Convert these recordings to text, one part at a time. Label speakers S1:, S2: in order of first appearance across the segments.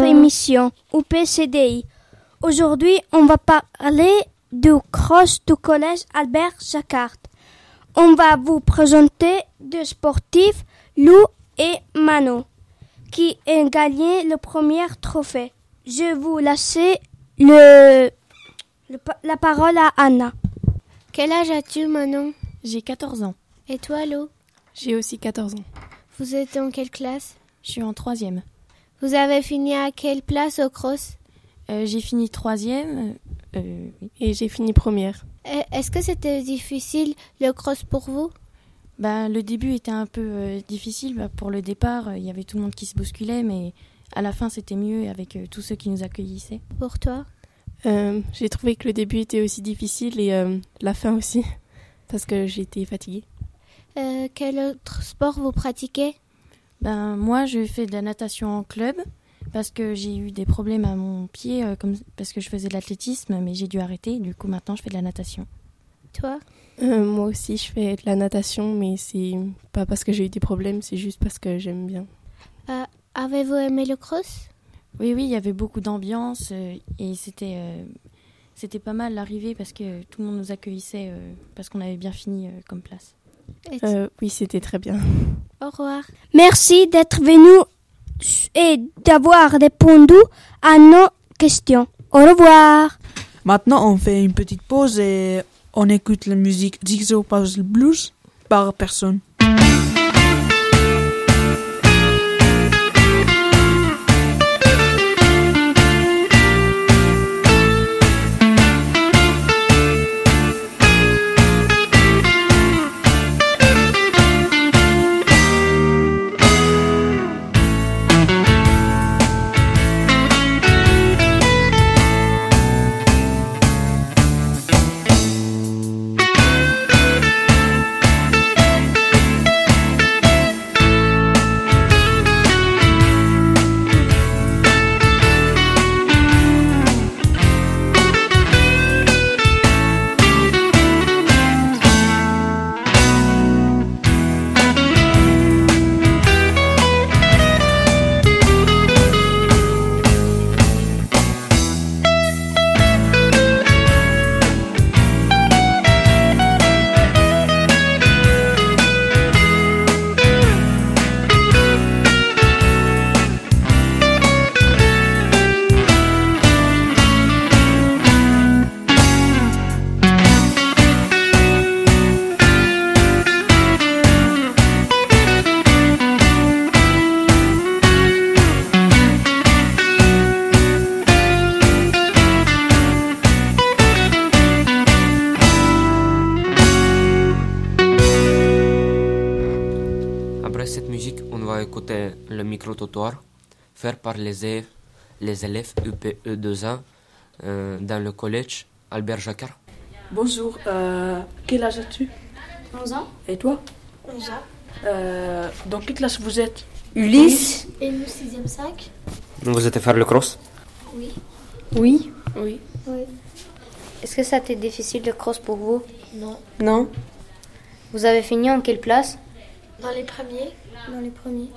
S1: Président ou PCDI. Aujourd'hui, on va parler du cross du collège Albert Jacquard. On va vous présenter deux sportifs, Lou et Manon, qui ont gagné le premier trophée. Je vous laisse le, le pa- la parole à Anna.
S2: Quel âge as-tu, Manon
S3: J'ai 14 ans.
S2: Et toi, Lou
S3: J'ai aussi 14 ans.
S2: Vous êtes en quelle classe
S3: Je suis en troisième.
S2: Vous avez fini à quelle place au cross
S3: Euh, j'ai fini troisième. euh, oui.
S4: Et j'ai fini première.
S2: Eh, Est-ce que c'était difficile le cross pour vous
S3: Bah, le début était un peu euh, difficile. Bah, pour le départ, euh, il y avait tout le monde qui se bousculait, mais à la fin, c'était mieux avec euh, tous ceux qui nous accueillissaient.
S2: Pour toi
S4: Euh, j'ai trouvé que le début était aussi difficile et euh, la fin aussi, parce que j'étais fatiguée.
S2: Euh, Quel autre sport vous pratiquez
S3: Ben, moi, je fais de la natation en club parce que j'ai eu des problèmes à mon pied euh, comme, parce que je faisais de l'athlétisme, mais j'ai dû arrêter. Du coup, maintenant, je fais de la natation.
S2: Toi
S4: Euh, moi aussi, je fais de la natation, mais c'est pas parce que j'ai eu des problèmes, c'est juste parce que j'aime bien.
S2: Avez-vous aimé le cross
S3: Oui, oui, il y avait beaucoup d'ambiance euh, et c'était euh, c'était pas mal l'arrivée parce que tout le monde nous accueillissait euh, parce qu'on avait bien fini euh, comme place.
S2: Et-
S4: Euh, oui, c'était très bien.
S2: Au revoir.
S1: Merci d'être venu et d'avoir répondu à nos questions. Au revoir.
S5: Maintenant, on fait une petite pause et on écoute la musique Jigsaw Puzzle Blues par personne.
S6: Après cette musique, on va écouter le micro-trottoir fait par les élèves, les élèves UPE2A E euh, dans le collège Albert Jacquard.
S7: Bonjour, euh, quel âge as-tu
S8: 11 ans.
S7: Et toi 11 ans. dans quelle classe vous êtes
S9: Ulysse
S8: Et nous, 6ème 5
S6: Vous êtes faire le cross
S8: Oui.
S9: Oui.
S7: Oui.
S8: Oui.
S9: Est-ce que ça t'est difficile le cross pour vous
S8: Non.
S9: Non. Vous avez fini en quelle place
S8: Dans les premiers Dans les premiers.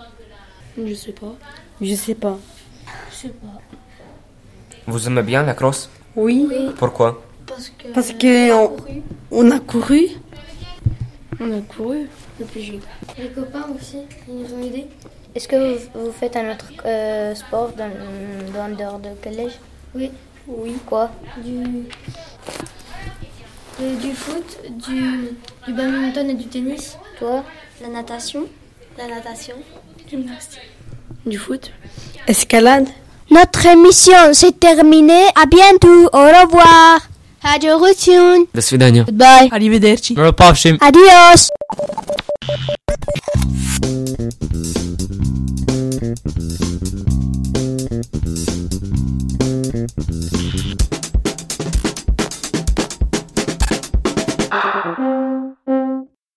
S4: Je sais pas.
S9: Je sais pas.
S8: Je sais pas.
S6: Vous aimez bien la cross
S9: Oui.
S6: Pourquoi
S8: Parce que.
S9: Parce que on,
S8: couru.
S9: on a couru.
S4: On a couru.
S8: Depuis jeune. Les copains aussi, ils nous ont aidés.
S9: Est-ce que vous, vous faites un autre euh, sport dans, dans- en dehors de collège
S8: Oui.
S9: Oui. Quoi
S8: Du. de- du foot, du, du badminton et du tennis.
S9: Toi
S8: La natation. La natation.
S4: Du foot
S9: Escalade
S1: Notre émission s'est terminée. À bientôt. Au revoir.
S2: Radio Routine
S6: До свидания.
S1: Goodbye.
S5: Arrivederci.
S1: Adios.